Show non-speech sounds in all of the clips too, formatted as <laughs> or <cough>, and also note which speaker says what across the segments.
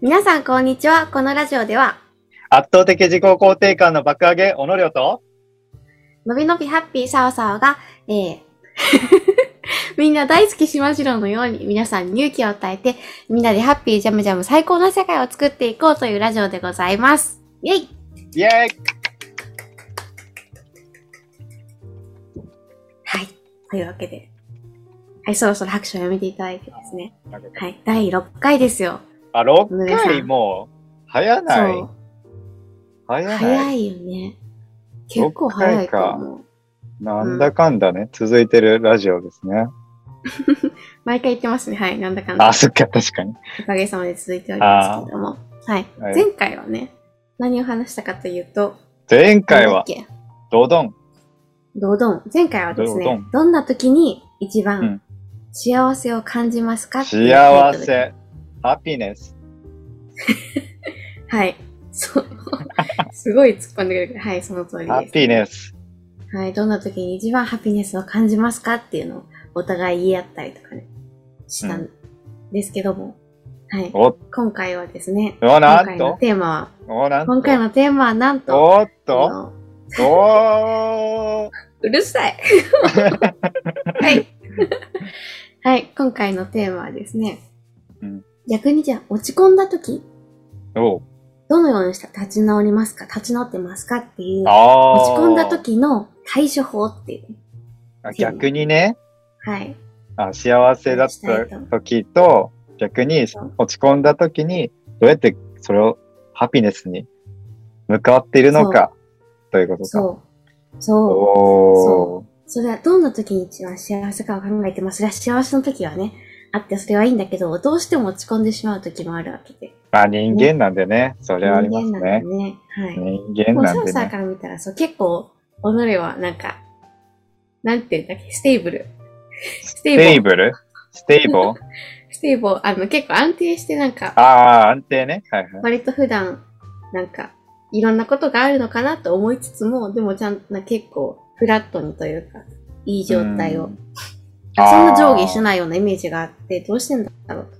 Speaker 1: 皆さん、こんにちは。このラジオでは、
Speaker 2: 圧倒的自己肯定感の爆上げ、おのりょうと、
Speaker 1: のびのびハッピーサオサオが、えー <laughs> みんな大好きしましろのように皆さんに勇気を与えて、みんなでハッピージャムジャム最高な世界を作っていこうというラジオでございます。イェイ
Speaker 2: イエーイ
Speaker 1: はい。というわけで。はい、そろそろ拍手をやめていただいてですね。は
Speaker 2: はい。
Speaker 1: い、第6回ですよ。
Speaker 2: あ、6回もう、早な
Speaker 1: そ。。
Speaker 2: いう早な
Speaker 1: 早
Speaker 2: い。
Speaker 1: いよね。結構早いと思う。
Speaker 2: なんだかんだね、続いてるラジオですね。
Speaker 1: 毎回言ってますね。はい、なんだかんだ
Speaker 2: あ、。そっか、確かに。
Speaker 1: おかげさまで続いておりますけれども。はい。
Speaker 2: はい
Speaker 1: 前回はね、何を話したかというと、
Speaker 2: 前回
Speaker 1: なんだっ
Speaker 2: は、
Speaker 1: け
Speaker 2: ドドン。
Speaker 1: ドドン。前回はです
Speaker 2: ドド
Speaker 1: ね
Speaker 2: ン、
Speaker 1: どんな時に一
Speaker 2: う
Speaker 1: 番
Speaker 2: ん
Speaker 1: 幸せを感じますかっていうタイ
Speaker 2: 幸
Speaker 1: トルで。
Speaker 2: せ、ハピネス。
Speaker 1: はい。そう。
Speaker 2: <laughs>
Speaker 1: すごい突っ込んでくるけど、はい、その通り
Speaker 2: ハ
Speaker 1: です。
Speaker 2: ピネス。
Speaker 1: はい、どんな時に一番ハピネスを感じますかっていうのをお互い言い合ったりとかね、したんですけども、はい、
Speaker 2: おっ
Speaker 1: 今回はですね、
Speaker 2: と、
Speaker 1: 今
Speaker 2: な
Speaker 1: 回
Speaker 2: ん
Speaker 1: の
Speaker 2: と、
Speaker 1: テーマ
Speaker 2: お、な
Speaker 1: は、
Speaker 2: ん
Speaker 1: 今回
Speaker 2: と、
Speaker 1: のテーマはなんと、
Speaker 2: おっ
Speaker 1: あ
Speaker 2: と、
Speaker 1: の
Speaker 2: おー
Speaker 1: うる <laughs> さいはい。はい、今回のテーマはですね、
Speaker 2: うん
Speaker 1: 逆にじゃあ落ち込んだ時、
Speaker 2: お
Speaker 1: どのようにしたら立ち直りますか立ち直ってますかっていう、落
Speaker 2: あー
Speaker 1: ち込んだ時の対処法っていう。
Speaker 2: あ逆にね、
Speaker 1: はい。
Speaker 2: あ幸せだった時と逆に
Speaker 1: そう
Speaker 2: 落ち込んだ時にどうやってそれをハピネスに向かっているのかということか。
Speaker 1: そう。そう。
Speaker 2: おー
Speaker 1: それはどんな時に一番幸せかを考えても、それは幸せの時はね、あってそれはいいんだけど、どうしても落ち込んでしまう時もあるわけで。
Speaker 2: まあ人間なんでね、それはあります
Speaker 1: 人間なん
Speaker 2: ね
Speaker 1: で。ね。はい。
Speaker 2: 人間
Speaker 1: もう
Speaker 2: な
Speaker 1: シャ
Speaker 2: ん
Speaker 1: オ
Speaker 2: で
Speaker 1: さん
Speaker 2: ね。
Speaker 1: から見たら、そう、結構、己はなんか、なんていうんだっけ、ステーブル。ス
Speaker 2: ス
Speaker 1: テーブル
Speaker 2: テーブルステーブル
Speaker 1: ステーブル、あの、結構安定してなんか、
Speaker 2: ああ、安定ね。はいはい。
Speaker 1: 割と普段、なんか、いろんなことがあるのかなと思いつつも、でもちゃんと結構、フラットにというか、いい状態を
Speaker 2: う。ん。
Speaker 1: そんな上下して
Speaker 2: い。
Speaker 1: ないようなイメージがあって、どうしてんだろうと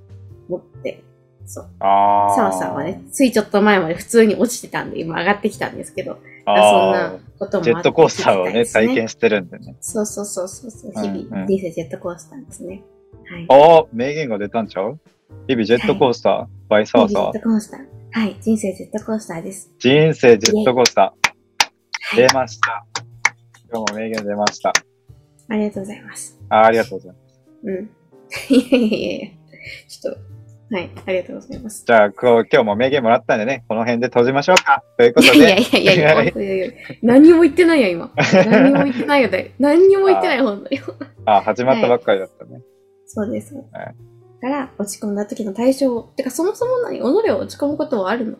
Speaker 1: 思って、そう。
Speaker 2: あー
Speaker 1: サワさんはね、、ついちょっと前まで普通に落ちてたんで、今上がってきたんですけど、
Speaker 2: あ
Speaker 1: そん
Speaker 2: ー
Speaker 1: なこともあって
Speaker 2: ジェットコースターを
Speaker 1: 聞き
Speaker 2: ね、
Speaker 1: たいです
Speaker 2: 体験してるんでね。
Speaker 1: そうそうそうそうそう、日々、
Speaker 2: うんうん
Speaker 1: 人生ジェットコースターですね。はい。
Speaker 2: おー名言が出たんちゃう日々ジェットコースター、バイサワ
Speaker 1: 日
Speaker 2: サ
Speaker 1: 々
Speaker 2: ワ
Speaker 1: ジェッ。トコースター。はい、人生ジェットコースターです。
Speaker 2: 人生ジェットコースター。
Speaker 1: イエイ
Speaker 2: 出ました。今日も名言出ました。
Speaker 1: ありがとうございます。
Speaker 2: あありがとうございます。
Speaker 1: うん。 <laughs> いやいやいやいやちょっと、はい、ありがとうございます。
Speaker 2: じゃあ、こう今日も名言もらったんでね、この辺で閉じましょうか。というこ
Speaker 1: い
Speaker 2: と
Speaker 1: や
Speaker 2: で、
Speaker 1: いやいやいやいや、本当にいやいや何も言ってないよ、今。何も言ってないよ、
Speaker 2: <laughs>
Speaker 1: だい何にも言ってない、本当に。
Speaker 2: あ始まったばっかりだったね。
Speaker 1: そうです。だ
Speaker 2: はい
Speaker 1: から、落ち込んだ時の対処を、てか、そもそも何、己を落ち込むことはあるの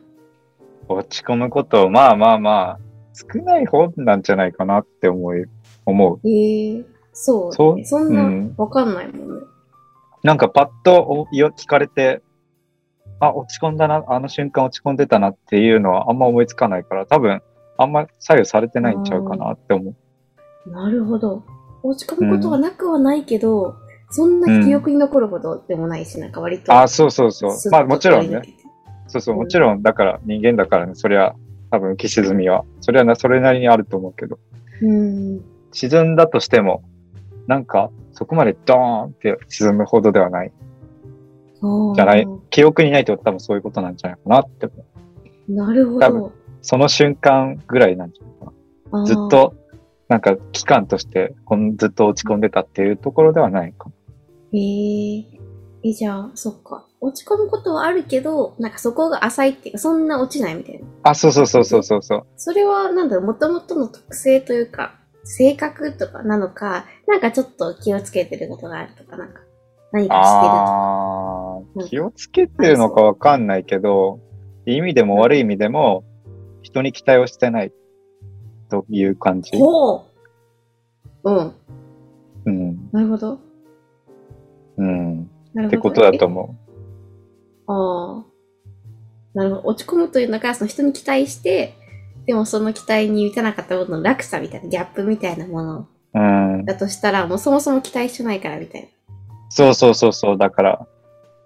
Speaker 2: 落ち込むこと、まあまあまあ、少ない方なんじゃないかなって思い、思う。
Speaker 1: へえそうだね。そん
Speaker 2: う
Speaker 1: な、
Speaker 2: ん。
Speaker 1: わかんないもんね。
Speaker 2: なんかパッとおよ聞かれて、あ、落ち込んだな、あの瞬間落ち込んでたなっていうのはあんま思いつかないから、多分、あんま左右されてないんちゃうかなって思う。
Speaker 1: なるほど。落ち込むことはなくはないけど、そんな記憶に残るほどでもないし、なんか割と。
Speaker 2: あ、そうそうそう
Speaker 1: ス。ッと
Speaker 2: まあもちろんね
Speaker 1: 通。り抜けて
Speaker 2: そうそう、
Speaker 1: うん
Speaker 2: もちろん、だから人間だからね、そりゃ、多分浮き沈みは、それはな、それなりにあると思うけど、
Speaker 1: うん。
Speaker 2: 沈んだとしても、なんか、そこまでドーンって沈むほどではない。
Speaker 1: あー
Speaker 2: じゃない記憶にないってこと多分そういうことなんじゃないかなって思う。
Speaker 1: なるほ
Speaker 2: 多
Speaker 1: ど。
Speaker 2: その瞬間ぐらいなんじゃないかな。
Speaker 1: あー
Speaker 2: ずっ。と、なんか、期間として、こんずっと落ち込んでたっていうところではないかも。
Speaker 1: へええ、じゃあ、そっか。落ち込むことはあるけど、なんかそこが浅いっていうか、そんな落ちないみたいな。
Speaker 2: あ、そうそうそうそうそうそう。
Speaker 1: それは、なんだろう、もともとの特性というか、性格とかなのか、なんかちょっと気をつけてることがあるとか、なんか、何か
Speaker 2: あ
Speaker 1: うん
Speaker 2: ー気をつけてるのかわかんないけど、いい意味でも悪い意味でも、人に期待をしてないという感
Speaker 1: して
Speaker 2: じ
Speaker 1: る。。ほううん。
Speaker 2: うん。
Speaker 1: なるほど。
Speaker 2: うん。
Speaker 1: なるほど。
Speaker 2: ってことだと思
Speaker 1: ああ。なるほど。落ち込むというのが、その人に期待して、でもその期待に満たなかったものの落差みたいな、ギャップみたいなもの
Speaker 2: う。うん。
Speaker 1: だとしたら、もうそもそも期待してないからみたい
Speaker 2: そうそうそうそう。だから、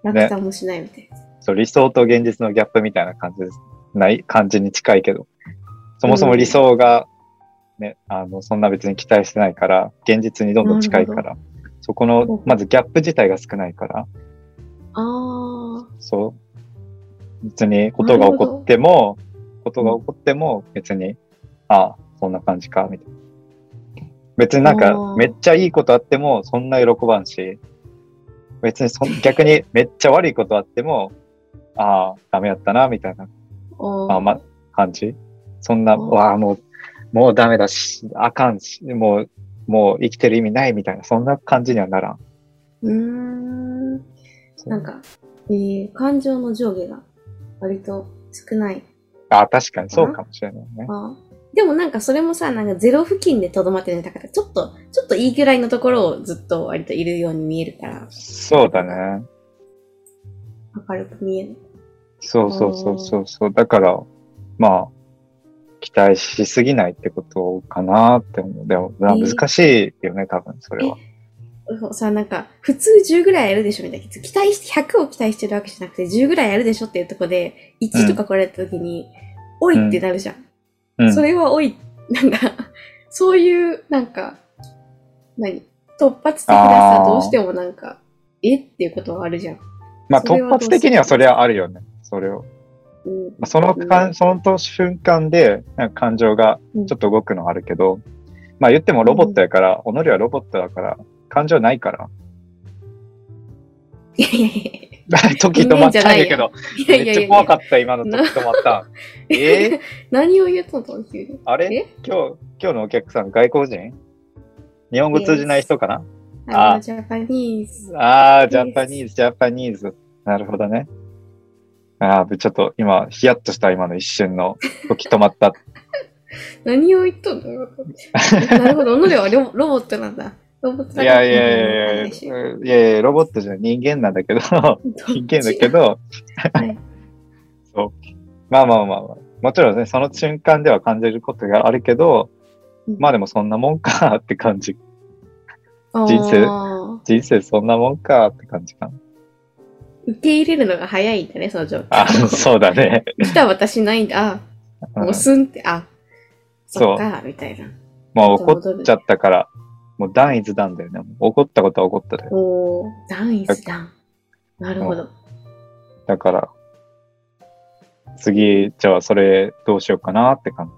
Speaker 1: な。
Speaker 2: ね
Speaker 1: 落差もしないみたいな。
Speaker 2: そう理想と現実のギャップみたいな感じですない感じに近いけど、そもそも理想が、ね、あの、そんな別に期待してないから、現実にどんどん近いから、そこの、まずギャップ自体が少ないから、
Speaker 1: あ
Speaker 2: そう、別にことが起こっても、ことが起こっても別に、ああ、そんな感じか、みたいな。別になん
Speaker 1: あー
Speaker 2: か、めっちゃいいことあっても、そんな喜ばんし、別
Speaker 1: <laughs>
Speaker 2: にそん逆にめっちゃ悪いことあっても、ああ、ダメやったな、みたいな
Speaker 1: ーおー
Speaker 2: あま、感じそんな、
Speaker 1: うん
Speaker 2: わあ、もう、もうダメだし、あかんし、もう、もう生きてる意味ないみたいな、そんな感じにはならん。
Speaker 1: うーん。なんか、えー、感情の上下が割と少ない。
Speaker 2: あ、確かにそうかもしれないね。
Speaker 1: あーでもなんかそれもさ、なんかゼロ付近でとどまってないだから、ちょっと、ちょっといいぐらいのところをずっと割といるように見えるから、
Speaker 2: そうだね。
Speaker 1: 明るく見える。
Speaker 2: そうそうそうそうそう。だから、まあ、期待しすぎないってことかなって思う。でも、な
Speaker 1: え
Speaker 2: 難しいよね、多分、それ
Speaker 1: う
Speaker 2: は。
Speaker 1: んさ、なんか、普通10ぐらいやるでしょみたいな。期待して、100を期待してるわけじゃなくて、10ぐらいやるでしょっていうとこで、1とか来られた時に、おいってなるじゃん。
Speaker 2: うん
Speaker 1: そ。れはおい、なんか、 <laughs> そういう、なんか、何突発的なさ、
Speaker 2: あー
Speaker 1: どうしてもなんか、えっていうことはあるじゃん。
Speaker 2: まあ、
Speaker 1: それはどう
Speaker 2: 突発的にはそれはあるよね。それを。
Speaker 1: うん
Speaker 2: まあそのかん、そのと瞬間で、なんか感情が
Speaker 1: うん
Speaker 2: ちょっと動くのはあるけど、まあ言ってもロボットやから、おのりはロボットだから、感情ないから。
Speaker 1: いやいやい
Speaker 2: <laughs> 時止まっちゃうんやけど、
Speaker 1: や
Speaker 2: め
Speaker 1: いやいやいやいや
Speaker 2: っちゃ怖かった、今の時止ま <laughs> った。えー、
Speaker 1: <laughs> 何を言ったの急に。
Speaker 2: あれ
Speaker 1: え
Speaker 2: 今日、今日のお客さん、外国人日本語通じない人かな、
Speaker 1: あ
Speaker 2: あ
Speaker 1: の、ジャパニーズ。
Speaker 2: ああ、ジャパニーズ、ジャパニーズ。なるほどね。ああ、ちょっと今、ヒヤッとした今の一瞬の時止
Speaker 1: <laughs>
Speaker 2: まった。
Speaker 1: 何を言ったの <laughs> なるほど、おのりはロボロボットなんだ。ロボット
Speaker 2: い
Speaker 1: だ
Speaker 2: やいやいやいや
Speaker 1: どっ
Speaker 2: いやいや、ロボットじゃない人間なん
Speaker 1: <laughs>
Speaker 2: だけど、
Speaker 1: ち
Speaker 2: 人間だけど、 <laughs>
Speaker 1: はい
Speaker 2: まあまあまあまあ。もちろんね、その瞬間では感じることがあるけど、
Speaker 1: うん
Speaker 2: まあでもそんなもんかって感じ。人生
Speaker 1: 生。
Speaker 2: 人生そんなもんかって感じかな。
Speaker 1: 受け入れるのが早いんだね、その状況。 <laughs>
Speaker 2: あ、そうだね。
Speaker 1: 来た私ないんだ。あ、
Speaker 2: う
Speaker 1: も
Speaker 2: ん
Speaker 1: うすんって、あ、
Speaker 2: そ
Speaker 1: そうっか、みたいな。
Speaker 2: もう怒っちゃったから、もう断一断だよね。怒ったことは怒ったで。
Speaker 1: おー、ダンイズダン。なるほど。
Speaker 2: だから、次、じゃあそれどうしようかなって感じ。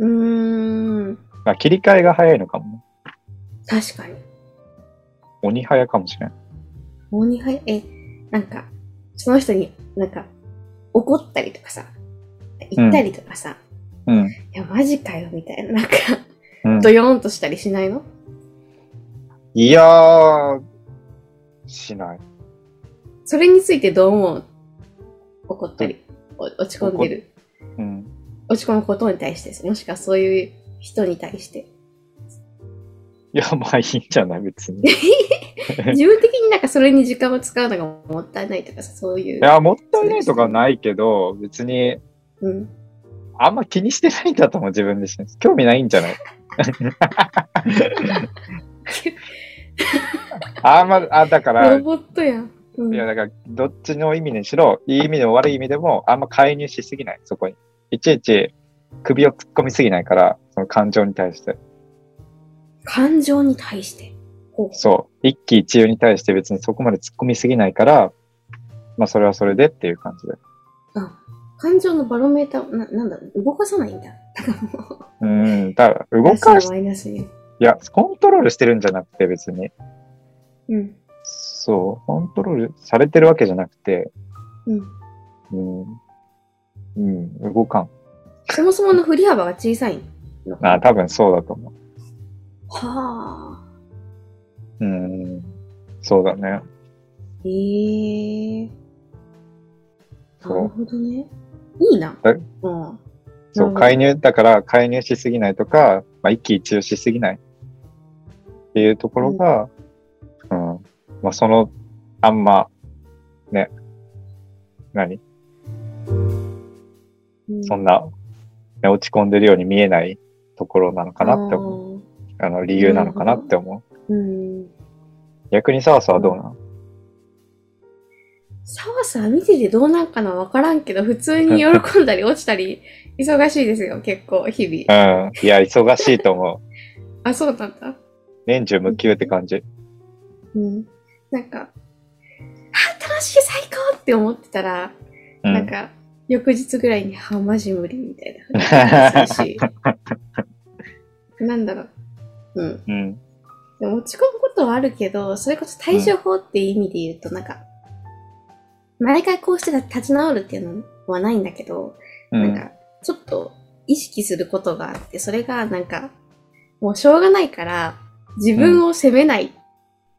Speaker 1: うーん、
Speaker 2: まあ、切り替えが早いのかもね。
Speaker 1: 確かに。
Speaker 2: 鬼早かもしれん。
Speaker 1: もうにはえ、なんか、その人になんか、怒ったりとかさ、言ったりとかさ、
Speaker 2: うん。
Speaker 1: いや、マジかよ、みたいな、なんか、
Speaker 2: うん
Speaker 1: ド、ヨーンとしたりしないの
Speaker 2: いやー、しない。
Speaker 1: それについてどう思う怒ったり、お落ち込んでる。
Speaker 2: うん。
Speaker 1: 落ち込むことに対して、もしくはそういう人に対して。
Speaker 2: <laughs> いや、 <laughs> まあいいんじゃない別に。
Speaker 1: 自分的になんかそれに時間を使うのがもったいないとかさ、そういう。
Speaker 2: いや、もったいないとかはないけど、別に、
Speaker 1: うん。
Speaker 2: あんま気にしてないんだと思う、自分自身。興味ないんじゃないあんま、あ、だ
Speaker 1: <laughs>
Speaker 2: から、
Speaker 1: ロ
Speaker 2: い
Speaker 1: ボットやん。うん、
Speaker 2: や、だから、どっちの意味にしろ、いい意味でも悪い意味でも、あんま介入しすぎない、そこに。いちいち、首を突っ込みすぎないから、その感情に対して。
Speaker 1: 感情に対して。こ
Speaker 2: そう。一喜一憂に対して別にそこまで突っ込みすぎないから、まあ、それはそれでっていう感じで。
Speaker 1: うあ感情のバロメーター、ななんだろう、動かさないんだ。だからもう、
Speaker 2: うん、だから、
Speaker 1: プ
Speaker 2: 動
Speaker 1: ラスや
Speaker 2: かし、
Speaker 1: マイナスに。
Speaker 2: いや、コントロールしてるんじゃなくて、別に。
Speaker 1: うん。
Speaker 2: そう、コントロールされてるわけじゃなくて、
Speaker 1: うん。
Speaker 2: うん。うん、動かん。
Speaker 1: そもそもの振り幅が小さいのかな。
Speaker 2: ああ、多分そうだと思
Speaker 1: はあ。
Speaker 2: う。うん。そうだね。
Speaker 1: ええ
Speaker 2: そう
Speaker 1: なるほどね。いいな。
Speaker 2: え
Speaker 1: うん。な
Speaker 2: そ
Speaker 1: るほ
Speaker 2: う、
Speaker 1: ど
Speaker 2: 介入、だから介入しすぎないとか、まあ、一喜一憂しすぎないっていうところが、うん、まあ、その、あんま、ね、何
Speaker 1: う
Speaker 2: そんな、ね、落ち込んでるように見えないところなのかなって思う。
Speaker 1: 思う。
Speaker 2: あの、理由なのかなって思う。
Speaker 1: うん。
Speaker 2: 逆にさわさはどうなの
Speaker 1: サワサワ見ててどうなんかなわからんけど、普通に喜んだり落ちたり、忙しいですよ、結構、日々。
Speaker 2: うん。いや、忙しいと思う。
Speaker 1: あ、そうなんだ。
Speaker 2: 年中無休って感じ。
Speaker 1: うん。なんか、あ、楽しい、最高って思ってたら、
Speaker 2: うん。
Speaker 1: なんか、翌日ぐらいに、はマジ無理みたい
Speaker 2: <laughs>
Speaker 1: な。忙しい。なんだろう。うん。
Speaker 2: うん。
Speaker 1: でも落ち込むことはあるけど、それこそ対処法っていう意味で言うと、なんか、毎回こうして立ち直るっていうのはないんだけど、
Speaker 2: う
Speaker 1: なん
Speaker 2: ん。
Speaker 1: か、ちょっと意識することがあって、それがなんか、もうしょうがないから、自分を責めない。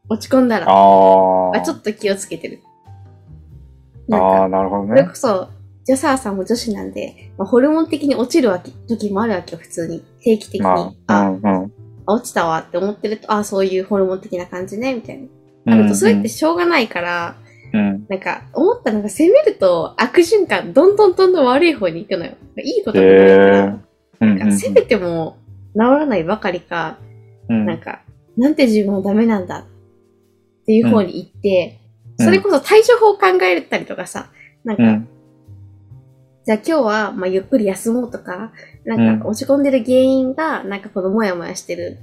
Speaker 1: 落ち込んだ
Speaker 2: あ
Speaker 1: ら、
Speaker 2: あ。
Speaker 1: あ、ちょっと気をつけてる。なんか
Speaker 2: ああ、なるほど
Speaker 1: それ
Speaker 2: ね
Speaker 1: こ。そ、ジャサーさんも女子なんで、まあ、ホルモン的に落ちるわけ時もあるわけよ、普通に。定期的に。
Speaker 2: まあ、
Speaker 1: あ、
Speaker 2: うんうん
Speaker 1: あ落ちたわって思ってると、あ、そういうホルモン的な感じね、みたいな。
Speaker 2: うん。
Speaker 1: あると、それってしょうがないから、
Speaker 2: うん。
Speaker 1: なんか、思ったのが、責めると悪循環、どんどんどんどん悪い方に行くのよ。いいこと
Speaker 2: へ
Speaker 1: がないから、
Speaker 2: え。うん
Speaker 1: なんか責めても治らないばかりか、
Speaker 2: うん
Speaker 1: なんか、なんて自分はダメなんだっていう方に行って、
Speaker 2: うん
Speaker 1: それこそ対処法を考えたりとかさ、なんか、
Speaker 2: うん。
Speaker 1: じゃあ今日は、まあ、ゆっくり休もうとか、なんか落ち込んでる原因が、なんかこのモヤモヤしてる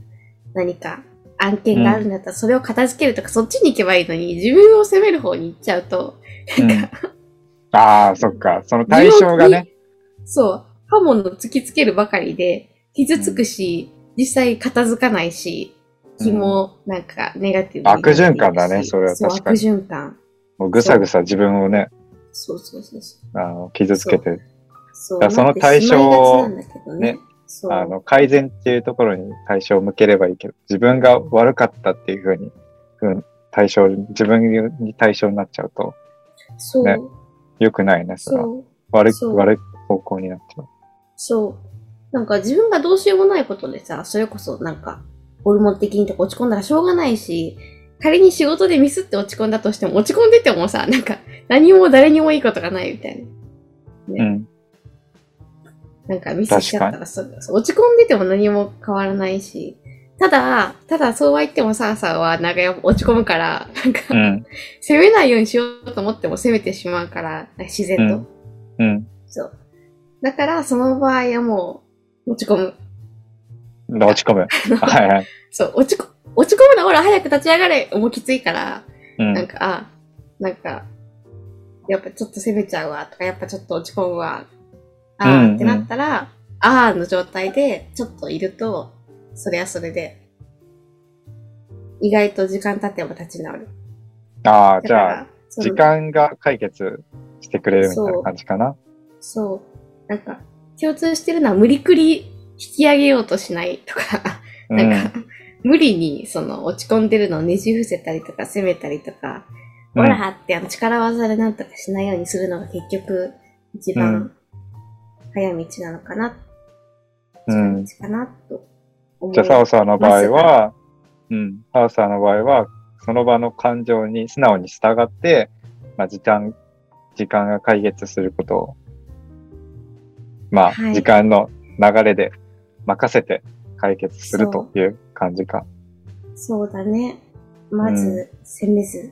Speaker 1: 何か案件があるんだったら、それを片付けるとか、そっちに行けばいいのに、自分を責める方に行っちゃうと、なんか、
Speaker 2: ああ、そっか。その対象がね。
Speaker 1: そう、刃物を突きつけるばかりで、傷つくし、実際片付かないし、気も、なんか、ネガティブになっていくし
Speaker 2: 悪循環だねそれは確かに
Speaker 1: そう、悪循環。
Speaker 2: もうぐさぐさ自分をね、
Speaker 1: そうそうそうそう。
Speaker 2: あの傷つけて、
Speaker 1: そ
Speaker 2: だからその対象を
Speaker 1: なってしまいがちなんだけど
Speaker 2: ね
Speaker 1: ね。そう
Speaker 2: あの、改善っていうところに対象を向ければいいけど、自分が悪かったっていうふうに、うん、対象、自分に対象になっちゃうと、
Speaker 1: そう、
Speaker 2: ね良くないね、それは。
Speaker 1: そう。
Speaker 2: 悪い、
Speaker 1: そう
Speaker 2: 悪い方向になっちゃう。
Speaker 1: そう。なんか自分がどうしようもないことでさ、それこそなんか、ホルモン的にとか落ち込んだらしょうがないし、仮に仕事でミスって落ち込んだとしても、落ち込んでてもさ、なんか、何も誰にもいいことがないみたいな。
Speaker 2: うん。
Speaker 1: なんかミスしちゃったらそう、そう落ち込んでても何も変わらないし、ただ、ただそうは言ってもさあさあはなんか落ち込むから、なんか、
Speaker 2: うん。
Speaker 1: 攻めないようにしようと思っても攻めてしまうから、自然と。
Speaker 2: うんうん。
Speaker 1: そう。だから、その場合はもう、落ち込む。
Speaker 2: 落ち
Speaker 1: <laughs>
Speaker 2: 込む。はいはい。
Speaker 1: そう、落ちこ、落ち込むな、ほら、早く立ち上がれ、もうきついから、
Speaker 2: う
Speaker 1: なん
Speaker 2: ん。
Speaker 1: か、あ、なんか、やっぱちょっと攻めちゃうわ、とか、やっぱちょっと落ち込むわ、あ
Speaker 2: うんう
Speaker 1: ー
Speaker 2: ん
Speaker 1: ってなったら、あーの状態で、ちょっといると、それはそれで、意外と時間経っても立ち直る。
Speaker 2: あ
Speaker 1: だ
Speaker 2: あ、じ
Speaker 1: か
Speaker 2: ゃあ、
Speaker 1: ら、その
Speaker 2: 時間が解決してくれるみたいな感じかな。
Speaker 1: そう、なんか、共通してるのは無理くり引き上げようとしないとか、
Speaker 2: う
Speaker 1: なん
Speaker 2: ん
Speaker 1: か、無理にその落ち込んでるのをねじ伏せたりとか攻めたりとか、
Speaker 2: う
Speaker 1: ほ
Speaker 2: ん
Speaker 1: らってあの力技でなんとかしないようにするのが結局一番早道なのかな、
Speaker 2: うん
Speaker 1: 近道かなと思う。
Speaker 2: じゃあ、サオサーの場合は、うん、サオサーの場合は、その場の感情に素直に従って、まあ、時間、時間が解決することを、まあ、
Speaker 1: はい
Speaker 2: 時間の流れで任せて解決するという感じか。
Speaker 1: そうだね。まず、攻めず。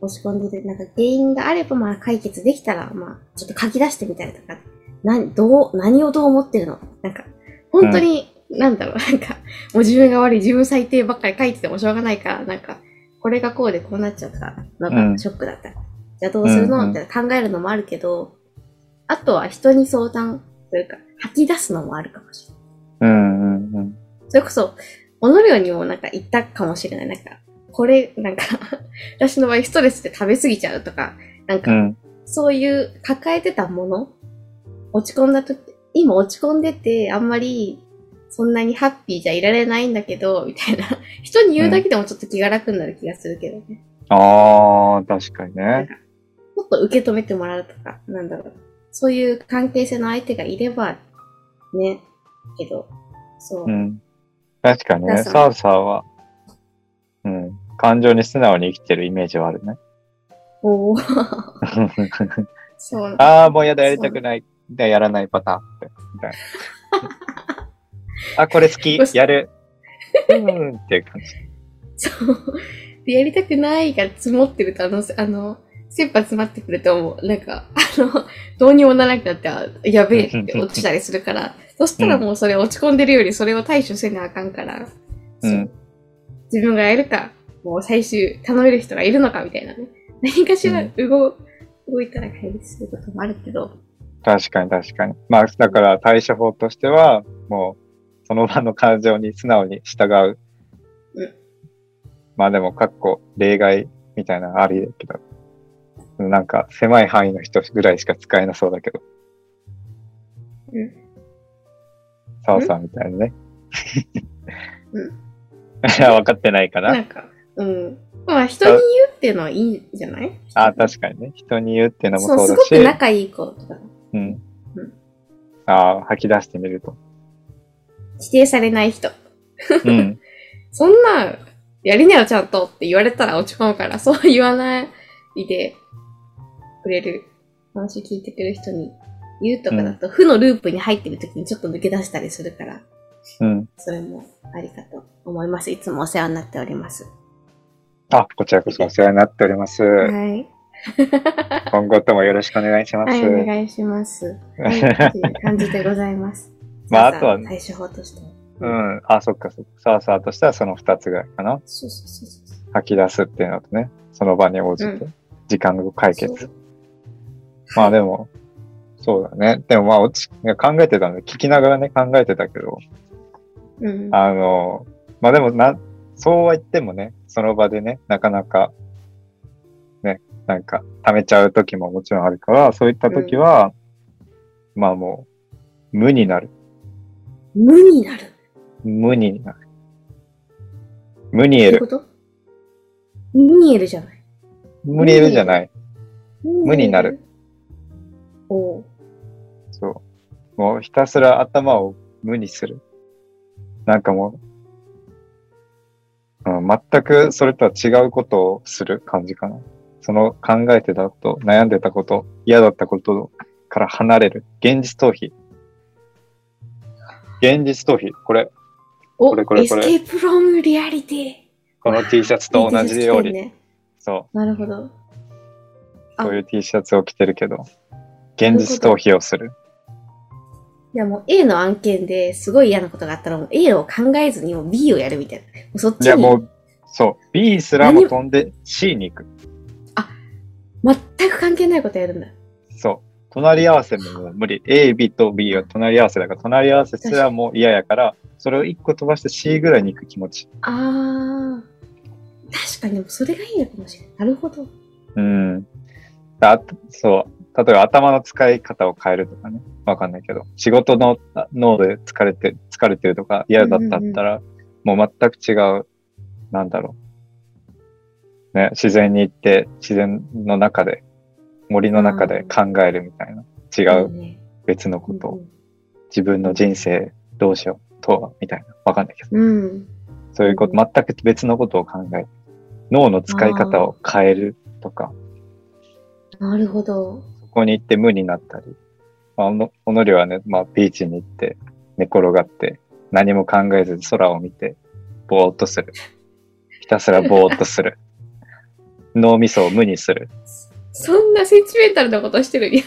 Speaker 1: 押し込んでる。なんか原因があれば、まあ解決できたら、まあ、ちょっと書き出してみたりとか。何、どう、何をどう思ってるのなんか、本当に、なんだろう、なんか、もう自分が悪い、自分最低ばっかり書いててもしょうがないから、なんか、これがこうでこうなっちゃった。な
Speaker 2: うんん
Speaker 1: か、ショックだった。じゃあどうする
Speaker 2: うんう
Speaker 1: の
Speaker 2: ん
Speaker 1: みたいな考えるのもあるけど、あとは人に相談というか、吐き出すのもあるかもしれない。
Speaker 2: うん、うん、うん。
Speaker 1: それこそ、おのりょうにもなんか言ったかもしれない。なんか、これ、なんか、 <laughs> 私の場合ストレスで食べ過ぎちゃうとか、なん
Speaker 2: う
Speaker 1: か、
Speaker 2: ん、
Speaker 1: そういう抱えてたもの、落ち込んだ時、今落ち込んでて、あんまり、そんなにハッピーじゃいられないんだけど、みたいな。 <laughs> 人に言うだけでもちょっと気が楽になる気がするけどね。
Speaker 2: ああ、確かにね。
Speaker 1: もっと受け止めてもらうとか、なんだろう。そういう関係性の相手がいれば、ね。けど、そう。
Speaker 2: うん。確かにね、
Speaker 1: だから
Speaker 2: サオサーは、うん、感情に素直に生きてるイメージはあるね。
Speaker 1: おー <laughs> そう。
Speaker 2: ああ、もうやだ、やりたくない。で、やらないパターンって。みたい <laughs> な。 <laughs> あ、これ好き。やる。うん、っていう感じ。
Speaker 1: そう。でやりたくないが積もってると、あの、あの、切羽詰まってくると思う。なんか、あの、どうにもならなくなって、あやべえって落ちたりするから、そしたらもうそれ落ち込んでるよりそれを対処せなあかんから、
Speaker 2: う
Speaker 1: そ
Speaker 2: ん
Speaker 1: う。自分がやるか、もう最終頼める人がいるのかみたいなね。何かしら動,、動いたら解決することもあるけど、
Speaker 2: 確かに確かに。まあ、だから対処法としては、もう、その場の感情に素直に従う。
Speaker 1: うん
Speaker 2: まあでも、かっこ、例外みたいなのありだけど、なんか、狭い範囲の人ぐらいしか使えなそうだけど。
Speaker 1: うん
Speaker 2: 澤さんみたいなね。
Speaker 1: うん
Speaker 2: いや、 <laughs> 分かってないか
Speaker 1: な
Speaker 2: な。
Speaker 1: んか、うん。まあ人に言うっていうのはいいんじゃない
Speaker 2: あ、確かにね。人に言うっていうのも
Speaker 1: そう、
Speaker 2: そ
Speaker 1: すご
Speaker 2: うだし。
Speaker 1: く仲いい子とか、
Speaker 2: うん
Speaker 1: うん。
Speaker 2: ああ、吐き出してみる
Speaker 1: <laughs>
Speaker 2: と。
Speaker 1: 指定されない人。
Speaker 2: うん。
Speaker 1: そんなん、やりなよちゃんとって言われたら落ち込むから、 <laughs> そう言わないでくれる、話聞いてくれる人に言うとかだと、負のループに入ってる時にちょっと抜け出したりするから、
Speaker 2: うん。
Speaker 1: それもありかと思います。いつもお世話になっております。
Speaker 2: あ、こちらこそお世話になっております。
Speaker 1: はい。
Speaker 2: 今後ともよろしくお願いしま
Speaker 1: は
Speaker 2: す。
Speaker 1: い、お願いします。はい、っていう感じでございます。
Speaker 2: <laughs> まあ
Speaker 1: さ
Speaker 2: あとはね
Speaker 1: 対処法としては。
Speaker 2: うん。あ、そっかそっか。さあさあとしてはその二つぐらいかな。
Speaker 1: そうそうそうそう。
Speaker 2: 吐き出すっていうのとね、その場に応じ
Speaker 1: う
Speaker 2: て、時間の解
Speaker 1: そ
Speaker 2: 決
Speaker 1: う。
Speaker 2: まあでも、そうだね。でもまあ、おちいや考えてたので、聞きながらね、考えてたけど、
Speaker 1: うん。
Speaker 2: あの、まあでもな、そうは言ってもね、その場でね、なかなか、ね、なんか、溜めちゃう時ももちろんあるから、そういった時は、まあもう、無になる。
Speaker 1: 無になる。っ
Speaker 2: 無になる。無に得
Speaker 1: て
Speaker 2: る。
Speaker 1: こと無にえるじゃない。
Speaker 2: 無に得るじゃない。無になる。
Speaker 1: おう
Speaker 2: そう。もうひたすら頭を無にする。なんかもう、うん、全くそれとは違うことをする感じかな。その考えてたこと、悩んでたこと、嫌だったことから離れる。現実逃避。現実逃避。これ、
Speaker 1: お
Speaker 2: これこれこれ
Speaker 1: エスケープフロムリアリティ。
Speaker 2: この T シャツと同じように。
Speaker 1: ね。
Speaker 2: そ
Speaker 1: なるほど。
Speaker 2: う。
Speaker 1: あ
Speaker 2: こういう T シャツを着てるけど、現実逃避をする。
Speaker 1: いやもう A の案件ですごい嫌なことがあったらもう A を考えずにもう B をやるみたいな。もうそっち
Speaker 2: いや、も
Speaker 1: に
Speaker 2: う、そう。B すらも飛んで C に行く。
Speaker 1: 全く関係ないことやるんだ。
Speaker 2: そう。隣り合わせももう無理。A、B と B は隣り合わせだから、隣り合わせすらもう嫌やから、それを1個飛ばして C ぐらいに行く気持ち。
Speaker 1: あー。確かにでもそれがいいのかもしれない。なるほど。
Speaker 2: うん。だそう。例えば頭の使い方を変えるとかね。わかんないけど。仕事のあ脳で疲れて、疲れてるとか嫌だったったら、もう全く違う、なんだろう。ね、自然に行って、自然の中で、森の中で考えるみたいな。違う、
Speaker 1: ね。
Speaker 2: 別のことを
Speaker 1: う。ん
Speaker 2: 自分の人生どうしようとはみたいな。わかんないけど。
Speaker 1: うん。うん
Speaker 2: そういうこと、
Speaker 1: うん
Speaker 2: 全く別のことを考える。脳の使い方を変えるとか、
Speaker 1: なるほど。
Speaker 2: そこに行って無になったり。まあ、おの、おのりはね、まあ、ビーチに行って、寝転がって、何も考えずに空を見て、ぼーっとする。 <laughs> ひたすらぼーっとする。 <laughs> 脳みそを無にする。
Speaker 1: そんなセンチメンタルなことしてる。いや、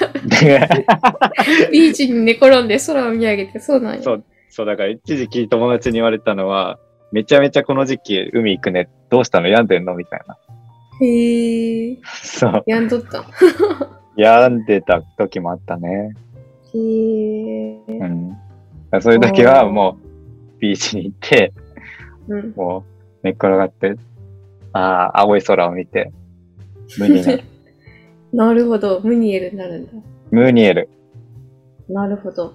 Speaker 1: ビーチに寝転んで空を見上げて、そうなんや。
Speaker 2: <laughs> そう、そう、だから一時期友達に言われたのは、めちゃめちゃこの時期海行くね。どうしたの病んでんのみたいな。 <laughs>
Speaker 1: へえ。
Speaker 2: そう。
Speaker 1: やんどった。
Speaker 2: 病んでた時もあったね。
Speaker 1: へえ。
Speaker 2: うん。そういう時はもうビーチに行って、
Speaker 1: うん。
Speaker 2: もう寝っ転がって、ああ、青い空を見て、無になる。
Speaker 1: <laughs> なるほど。ムニエルになるんだ。
Speaker 2: ムーニエル
Speaker 1: なるほど。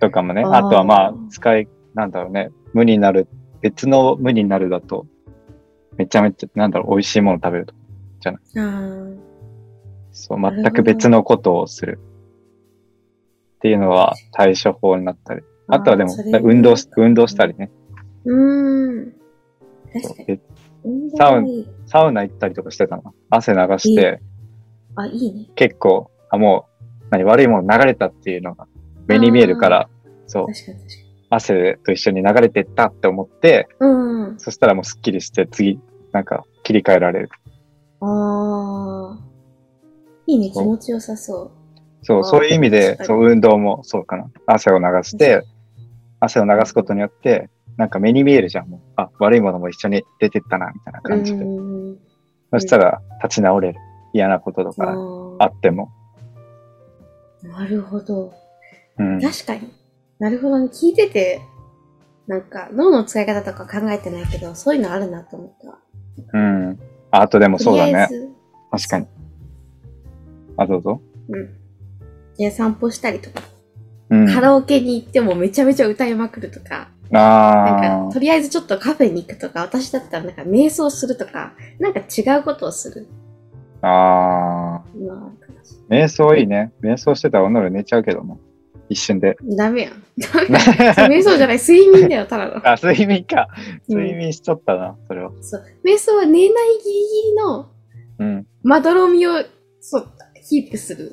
Speaker 2: とかもね。
Speaker 1: あ
Speaker 2: あ
Speaker 1: ー
Speaker 2: とはまあ、使い、なんだろうね。無になる。別の無になるだと、めちゃめちゃ、なんだろう、美味しいもの食べるとか。
Speaker 1: あー
Speaker 2: そう、
Speaker 1: なるほど
Speaker 2: 全く別のことをする。っていうのは対処法になったり。あとはでも
Speaker 1: それ、
Speaker 2: 運動し、運動したりね。
Speaker 1: うーん。確かに。
Speaker 2: そう
Speaker 1: 運動
Speaker 2: サウ
Speaker 1: は
Speaker 2: ナ
Speaker 1: いい。
Speaker 2: サウナ行ったりとかしてたの。汗流して、
Speaker 1: あ、いいね。
Speaker 2: 結構、あ、もう、何、悪いもの流れたっていうのが目に見えるから、そう、
Speaker 1: 確かに確かに。
Speaker 2: 汗と一緒に流れてったって思って、
Speaker 1: うん。
Speaker 2: そしたらもうスッキリして、次、なんか、切り替えられる。
Speaker 1: ああ。いいね、気持ちよさそう。
Speaker 2: そう、
Speaker 1: あー
Speaker 2: そういう意味で
Speaker 1: 確、かに
Speaker 2: そう、運動もそうかな。汗を流して、汗を流すことによって、なんか目に見えるじゃん。もうあ、悪いものも一緒に出てったな、みたいな感じで。
Speaker 1: うん
Speaker 2: そしたら、立ち直れる。嫌なことと
Speaker 1: あ
Speaker 2: かあっても。
Speaker 1: ーなるほど。
Speaker 2: うん。
Speaker 1: 確かに。なるほどね。聞いてて、なんか脳の使い方とか考えてないけど、そういうのあるなと思った。
Speaker 2: うん。ああとでもそうだ
Speaker 1: とりあえ
Speaker 2: ね。
Speaker 1: ず、
Speaker 2: 確かに。あ、どうぞ。
Speaker 1: うん。で、散歩したりとか、
Speaker 2: うん。
Speaker 1: カラオケに行ってもめちゃめちゃ歌いまくるとか、なん
Speaker 2: あ
Speaker 1: か、
Speaker 2: あ
Speaker 1: と。りあえずちょっとカフェに行くとか、私だったらなんか瞑想するとか、なんか違うことをする
Speaker 2: ああ。
Speaker 1: のはあるかもし
Speaker 2: 瞑想いいね。瞑想してたら、おのる寝ちゃうけども。一瞬で。
Speaker 1: れないダメやん。ダメやん。瞑想じゃ
Speaker 2: <laughs>
Speaker 1: ない、睡眠だよ、ただの。
Speaker 2: あ、睡眠か。
Speaker 1: うん
Speaker 2: 睡眠しちゃったな、それは。
Speaker 1: そう。瞑想は寝ないギリギリの
Speaker 2: うん。
Speaker 1: まどろみを、そう、キープする。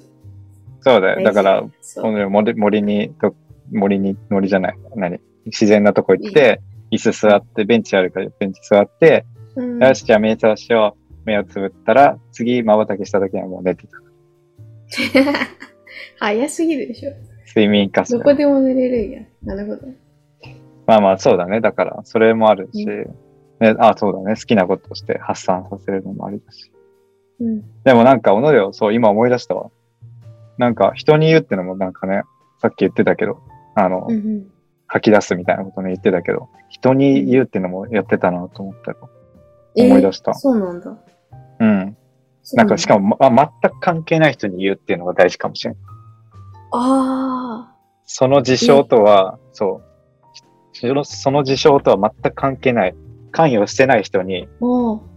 Speaker 2: そうだよ。だから、
Speaker 1: そう。
Speaker 2: この森森にど、森に、森じゃない。何自然なとこ行って、椅子座って、ベンチあるから、ベンチ座って、
Speaker 1: うん
Speaker 2: よし、じゃあ目覚ましよう。目をつぶったら、次、瞬きした時にはもう寝てた。
Speaker 1: <laughs> 早すぎるでしょ。
Speaker 2: 睡眠化す
Speaker 1: ど
Speaker 2: る。
Speaker 1: こでも寝れるんや。なるほど。
Speaker 2: まあまあ、そうだね。だから、それもあるし、
Speaker 1: う
Speaker 2: ね、あ、そうだね。好きなことをして発散させるのもありだし。
Speaker 1: うん。
Speaker 2: でもなんか、おのれを、そう、今思い出したわ。なんか、人に言うってのもなんかね、さっき言ってたけど、あの、
Speaker 1: うんうん。
Speaker 2: 書き出すみたいなことね、言ってたけど、人に言うってのもやってたなと思ったよ。
Speaker 1: えー
Speaker 2: 思い出した
Speaker 1: そうなんだ。
Speaker 2: うん。なんかし
Speaker 1: も。
Speaker 2: かも、ま、全く関係ない人に言うっていうのが大事かもしれない。
Speaker 1: あ
Speaker 2: その事象とは、そうしろ。その事象とは全く関係ない。関与してない人に、
Speaker 1: あ。も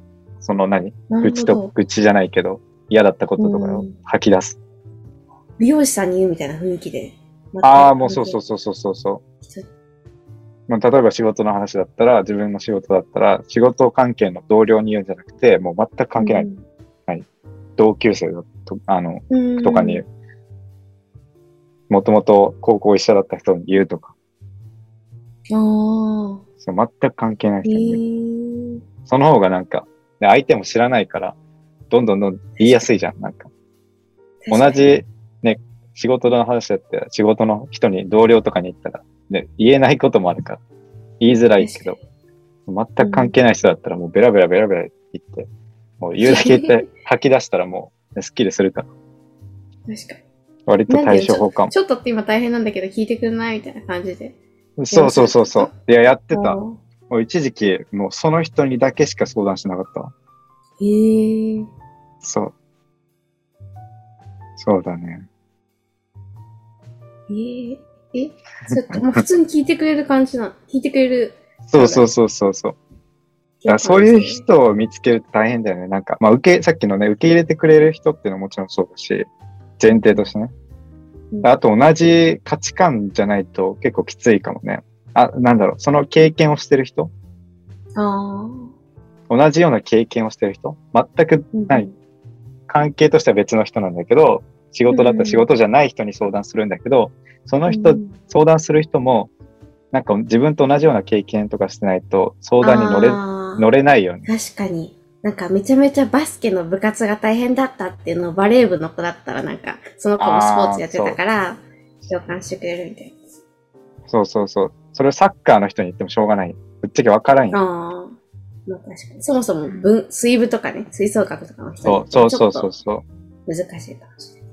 Speaker 2: その何
Speaker 1: う、な
Speaker 2: 愚
Speaker 1: る
Speaker 2: 痴
Speaker 1: ほ
Speaker 2: と
Speaker 1: ど。
Speaker 2: 愚痴じゃないけど、嫌だったこととかを
Speaker 1: うん
Speaker 2: 吐き出す。
Speaker 1: 美容師さんに言うみたいな雰囲気で。
Speaker 2: ああ、もうそうそうそうそうそうそう。
Speaker 1: う。
Speaker 2: まあ、例えば仕事の話だったら、自分の仕事だったら、仕事関係の同僚に言うんじゃなくて、もう全く関係ない。同級生だと、あの、
Speaker 1: うん。
Speaker 2: とかに、もともと高校一緒だった人に言うとか、
Speaker 1: うん。ああ。
Speaker 2: そう全く関係ない
Speaker 1: え
Speaker 2: 人に言う。
Speaker 1: ー。
Speaker 2: その方がなんか、で相手も知らないから、どんどんどんどん言いやすいじゃん。なんか、同じ、ね、仕事の話だったら、仕事の人に、同僚とかに言ったら、ね、言えないこともあるから、言いづらいけど、全く関係ない人だったら、もうベラベラベラベラ言って、もう言うだけ <laughs> 言って吐き出したらもう、ね、スッキリするから、
Speaker 1: 確かに。
Speaker 2: 割と対処法かも。
Speaker 1: ちょっとって今大変なんだけど聞いてくんないみたいな感じで。
Speaker 2: そうそうそうそう。いや、やってた
Speaker 1: あ。ー
Speaker 2: もう一時期、もうその人にだけしか相談しなかったわ。
Speaker 1: えー。
Speaker 2: そう。そうだね。
Speaker 1: えー。えちょっと、もう普通に聞いてくれる感じなの。聞いてくれる。
Speaker 2: そうそうそうそうそう。いや、そういう人を見つけると大変だよね。なんか、まあ、受け、さっきのね、受け入れてくれる人っていうのはもちろんそうだし、前提としてね
Speaker 1: う。ん
Speaker 2: あと、同じ価値観じゃないと結構きついかもね。あ、なんだろう、その経験をしてる人
Speaker 1: あ
Speaker 2: 同じような経験をしてる人全く
Speaker 1: あ。
Speaker 2: はい関係としては別の人なんだけど、仕事だったら仕事じゃない人に相談するんだけど、その人、
Speaker 1: うん
Speaker 2: 相談する人も、なんか自分と同じような経験とかしてないと、相談に乗れ、
Speaker 1: あー
Speaker 2: 乗れないよね。
Speaker 1: 確かに。なんかめちゃめちゃバスケの部活が大変だったっていうのをバレー部の子だったらなんか、その子もスポーツやってたから、共感してくれるみたい
Speaker 2: そうそうそう。それをサッカーの人に言ってもしょうがない。ぶっちゃけわからんよ。
Speaker 1: な。ああ。まあ確かに。そもそも文、水部とかね、吹奏楽とかの人。
Speaker 2: そうそうそうそううそう。
Speaker 1: 難しいかもしれない。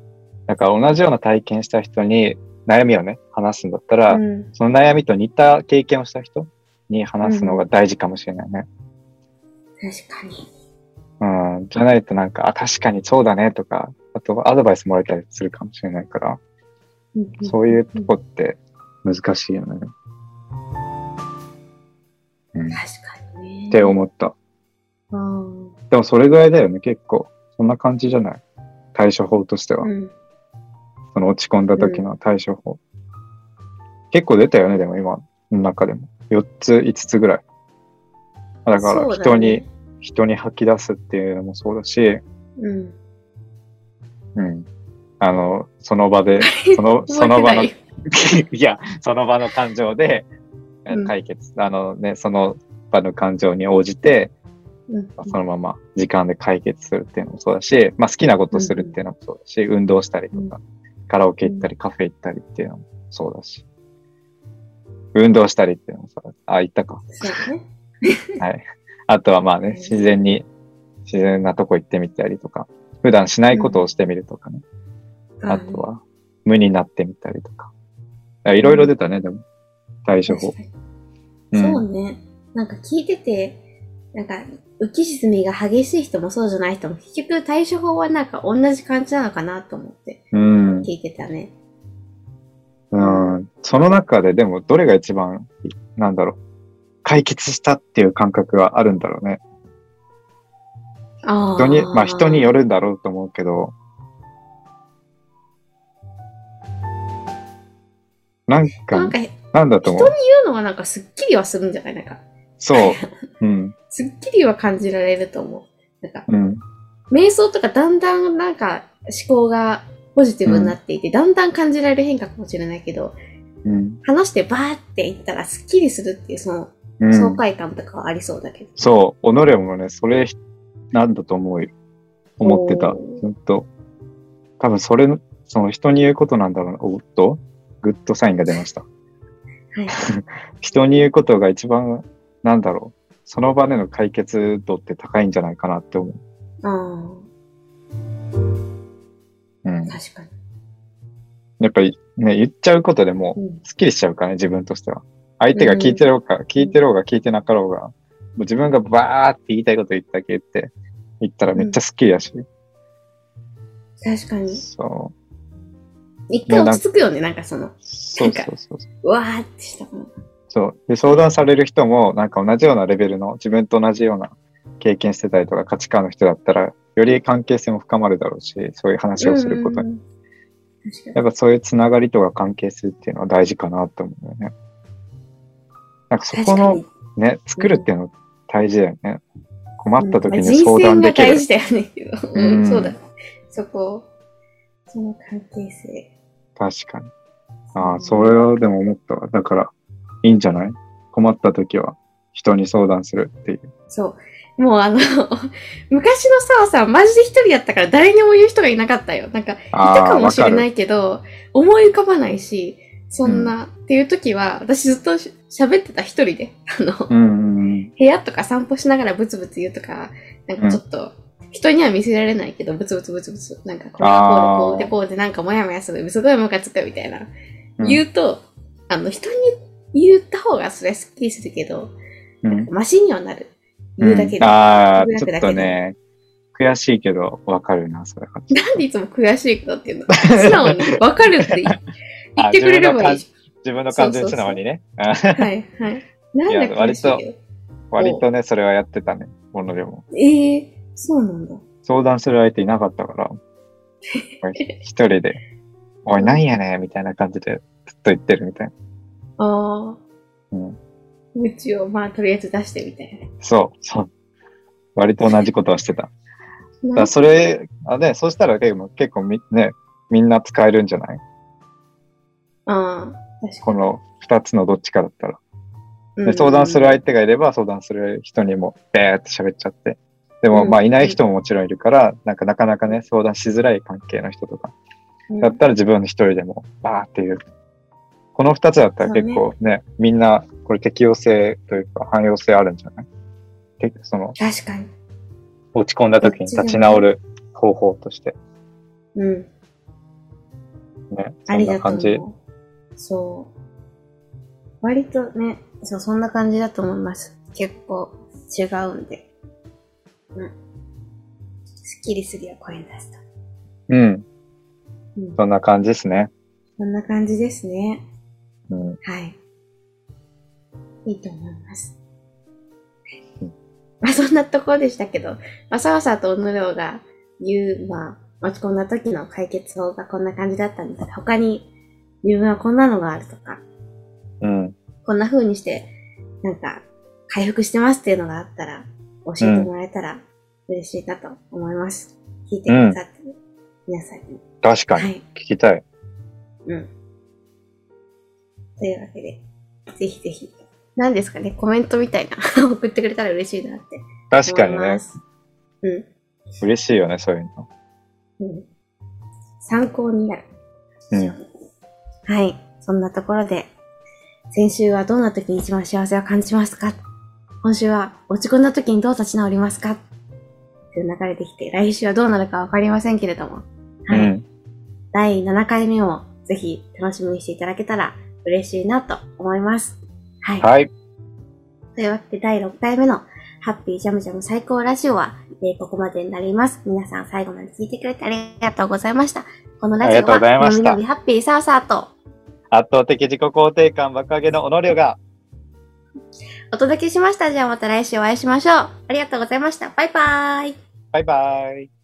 Speaker 2: だから同じような体験した人に悩みをね、話すんだったら、
Speaker 1: うん
Speaker 2: その悩みと似た経験をした人に話すのが大事かもしれないね。
Speaker 1: 確かに。
Speaker 2: うん。じゃないとなんか、あ、確かにそうだねとか、あとアドバイスもらえたりするかもしれないから、
Speaker 1: うんん
Speaker 2: そういうとこって難しいよね。うん。
Speaker 1: 確
Speaker 2: っ
Speaker 1: かにね。
Speaker 2: て思った。
Speaker 1: あー
Speaker 2: でもそれぐらいだよね、結構。そんな感じじゃない対処法としては。
Speaker 1: うん。
Speaker 2: その落ち込んだ時の対処法。結構出たよね、でも今の中でも。4つ、5つぐらい。だか
Speaker 1: そう
Speaker 2: ら
Speaker 1: だね
Speaker 2: 人に、。人に吐き出すっていうのもそうだし、
Speaker 1: うん。
Speaker 2: うん。あの、その場で、
Speaker 1: <laughs>
Speaker 2: その、その場の、 <laughs> いや、その場の感情で
Speaker 1: うん
Speaker 2: 解決、あのね、その場の感情に応じて、
Speaker 1: うん
Speaker 2: そのまま時間で解決するっていうのもそうだし、まあ、好きなことするっていうのもそうだし、運動したりとか、カラオケ行ったり、カフェ行ったりっていうのもそうだし、運動したりっていうのもそうだし、あ、行ったか。
Speaker 1: そうね。
Speaker 2: はい。あとはまあね、自然に、自然なとこ行ってみたりとか、普段しないことをしてみるとかね。あとは、無になってみたりとか。あいろいろ出たね、でも。対処法
Speaker 1: 確。かに
Speaker 2: うん
Speaker 1: そうね。なんか聞いてて、なんか浮き沈みが激しい人もそうじゃない人も、結局対処法はなんか同じ感じなのかなと思って
Speaker 2: うん。
Speaker 1: 聞いてたね。
Speaker 2: うん。その中で、でも、どれが一番、なんだろう。解決したっていう感覚があるんだろうね。
Speaker 1: ああ。
Speaker 2: 人に、まあ人によるんだろうと思うけど、なん
Speaker 1: な
Speaker 2: か
Speaker 1: ん、か人
Speaker 2: なんだと
Speaker 1: に
Speaker 2: 思
Speaker 1: 言
Speaker 2: う。
Speaker 1: うのはなんかすっきりはするんじゃないなんか、
Speaker 2: そう。うん。
Speaker 1: すっきりは感じられると思う。なんか、
Speaker 2: うん。
Speaker 1: 瞑想とかだんだんなんか思考がポジティブになっていて、だんだん感じられる変化かもしれないけど、
Speaker 2: うん。
Speaker 1: 話してバーっていったらすっきりするっていうその
Speaker 2: うん、
Speaker 1: 爽快感とかはありそうだけど。
Speaker 2: そう、己もね、それなんだと思うよ。思ってた
Speaker 1: お、ー
Speaker 2: ずっと。多分それ、その人に言うことなんだろうな。おっとグッドサインが出ました。
Speaker 1: はい。
Speaker 2: <laughs> 人に言うことが一番、なんだろう。その場での解決度って高いんじゃないかなって思う。
Speaker 1: あ
Speaker 2: うん
Speaker 1: あ、。確かに。
Speaker 2: やっぱりね、言っちゃうことでもう、
Speaker 1: うん
Speaker 2: すっきりしちゃうからね、自分としては。相手が聞いてろうか、聞いてろうが聞いてなかろうが、もう自分がバーって言いたいこと言っただけ言って、言ったらめっちゃすっきりだし。
Speaker 1: 確かに。
Speaker 2: そう。
Speaker 1: 一回落ち着くよね、なんかその、
Speaker 2: そうそうそう。
Speaker 1: うわーってしたもの。
Speaker 2: そうで相談される人も、なんか同じようなレベルの、自分と同じような経験してたりとか価値観の人だったら、より関係性も深まるだろうし、そういう話をすることに。
Speaker 1: うんうんうん。確か
Speaker 2: やっぱそういうつながりとか関係するっていうのは大事かなと思うよね。なんかそ
Speaker 1: に。
Speaker 2: この
Speaker 1: 確か
Speaker 2: ね、作るっていうの大事だよね。困
Speaker 1: に
Speaker 2: った時
Speaker 1: うん
Speaker 2: に相談でき
Speaker 1: 人
Speaker 2: る。
Speaker 1: 生が大事だよね。
Speaker 2: うん
Speaker 1: うん、そうだ。そこ、その関係性。
Speaker 2: 確かに。ああ、それはでも思ったわ。だから、いいんじゃない困った時は人に相談するっていう。
Speaker 1: そう。もうあの、 <laughs> 昔のサワさん、マジで一人やったから誰にも言う人がいなかったよ。なんか、い
Speaker 2: あー
Speaker 1: たかもしれ
Speaker 2: わか
Speaker 1: な
Speaker 2: る
Speaker 1: いけど、思い浮かばないし、そんな、っていう時は、私ずっとし喋ってた一人で、あの、
Speaker 2: うんうんうん。
Speaker 1: 部屋とか散歩しながらブツブツ言うとか、なんかちょっと、人には見せられないけど、ブツブツブツブツ、なんかこう
Speaker 2: あー
Speaker 1: こうでこうでこうでなんかモヤモヤする、すごいムカつくみたいな。
Speaker 2: うん
Speaker 1: 言うと、あの、人に言った方がそれはスッキリするけど、
Speaker 2: うん。
Speaker 1: マシにはなる。言うだけで。
Speaker 2: んああ、
Speaker 1: 言うだ
Speaker 2: ち
Speaker 1: け
Speaker 2: ょ
Speaker 1: だ
Speaker 2: っ
Speaker 1: けで
Speaker 2: とね、悔しいけど、わかるな、それは。
Speaker 1: なんでいつも悔しいことっていうの素直に分かる
Speaker 2: <laughs>
Speaker 1: って言い言ってくれればいいじ
Speaker 2: 自分の感情に素直にね。あ
Speaker 1: ゃん。はいはい。なん
Speaker 2: い
Speaker 1: で
Speaker 2: や
Speaker 1: 悔しいけど。
Speaker 2: 割とね、それはやってたね、ものでも。
Speaker 1: ええそうなんだ。
Speaker 2: 相談する相手いなかったから、一人で、おい、なんやねんみたいな感じで、ずっと言ってるみたいな。
Speaker 1: ああ。
Speaker 2: うん
Speaker 1: 愚痴をまあとりあえず出してみたいな。
Speaker 2: そう、そう。割と同じことをしてた。だか
Speaker 1: な
Speaker 2: らそれ、あね、そうしたら結構結構み、ね、みんな使えるんじゃない
Speaker 1: ああ、
Speaker 2: こ
Speaker 1: 確か
Speaker 2: の二つのどっちかだったら。
Speaker 1: に。
Speaker 2: で、相談する
Speaker 1: 相
Speaker 2: 相手がいれば、相談する人にも、べーって喋っちゃって。で
Speaker 1: う
Speaker 2: も、
Speaker 1: ん
Speaker 2: まあ、いない人ももちろんいるから、なんか、なかなかね、相談しづらい関係の人とか、だったら自分の一人でも、バーっていう。この二つだったら結構ね、みんな、これ適用性というか、汎用性あるんじゃないてその、
Speaker 1: 確かに。
Speaker 2: 落ち込んだ時に立ち直る方法として、
Speaker 1: うん。
Speaker 2: ね、
Speaker 1: あ
Speaker 2: そん
Speaker 1: り
Speaker 2: な
Speaker 1: が
Speaker 2: 感
Speaker 1: と
Speaker 2: じ。
Speaker 1: う。そう。割とね、そう、そんな感じだと思います。結構違うんで。うん。すっきりするよ、声出すと。
Speaker 2: うん、
Speaker 1: うん。
Speaker 2: そんな感じですね。
Speaker 1: そんな感じですね。
Speaker 2: うん、
Speaker 1: はい。いいと思います
Speaker 2: うん。
Speaker 1: まあそんなところでしたけど、まあさわさとおのろうが言う、まあ落ち込んだ時の解決法がこんな感じだったんですが、他に自分はこんなのがあるとか、
Speaker 2: うん、
Speaker 1: こんな風にして、なんか回復してますっていうのがあったら、教えてもらえたら嬉しいなと思います。聞いてくださってる皆さんに。
Speaker 2: 確か
Speaker 1: は
Speaker 2: に、
Speaker 1: い。
Speaker 2: 聞きたい。
Speaker 1: うん。というわ <laughs> けで、ぜひぜひ。何ですかね、コメントみたいな送ってくれたら嬉しいなって
Speaker 2: 確かに
Speaker 1: 思いま
Speaker 2: ね、
Speaker 1: す。うん。
Speaker 2: 嬉しいよね、そういうの。
Speaker 1: うん参考になる。
Speaker 2: うん。
Speaker 1: はい。そんなところで、先週はどんな時に一番幸せを感じますか今週は落ち込んだ時にどう立ち直りますかという流れできて、来週はどうなるかわかりませんけれども。
Speaker 2: う
Speaker 1: はい。
Speaker 2: ん。
Speaker 1: 第7回目もぜひ楽しみにしていただけたら嬉しいなと思います。はい。
Speaker 2: はい。
Speaker 1: というわけで第6回目のハッピージャムジャム最高ラジオは、えーここまでになります。皆さん最後まで聞いてくれてありがとうございました。このラジ
Speaker 2: あり
Speaker 1: オ
Speaker 2: がとうござい
Speaker 1: は、
Speaker 2: ま
Speaker 1: の
Speaker 2: し
Speaker 1: び
Speaker 2: た
Speaker 1: のびハッピーサーサーと
Speaker 2: 圧倒的自己肯定感爆上げのおのりょうが、
Speaker 1: お届けしました。じゃあまた来週お会いしましょう。ありがとうございました。バイバーイ。
Speaker 2: バイバイ。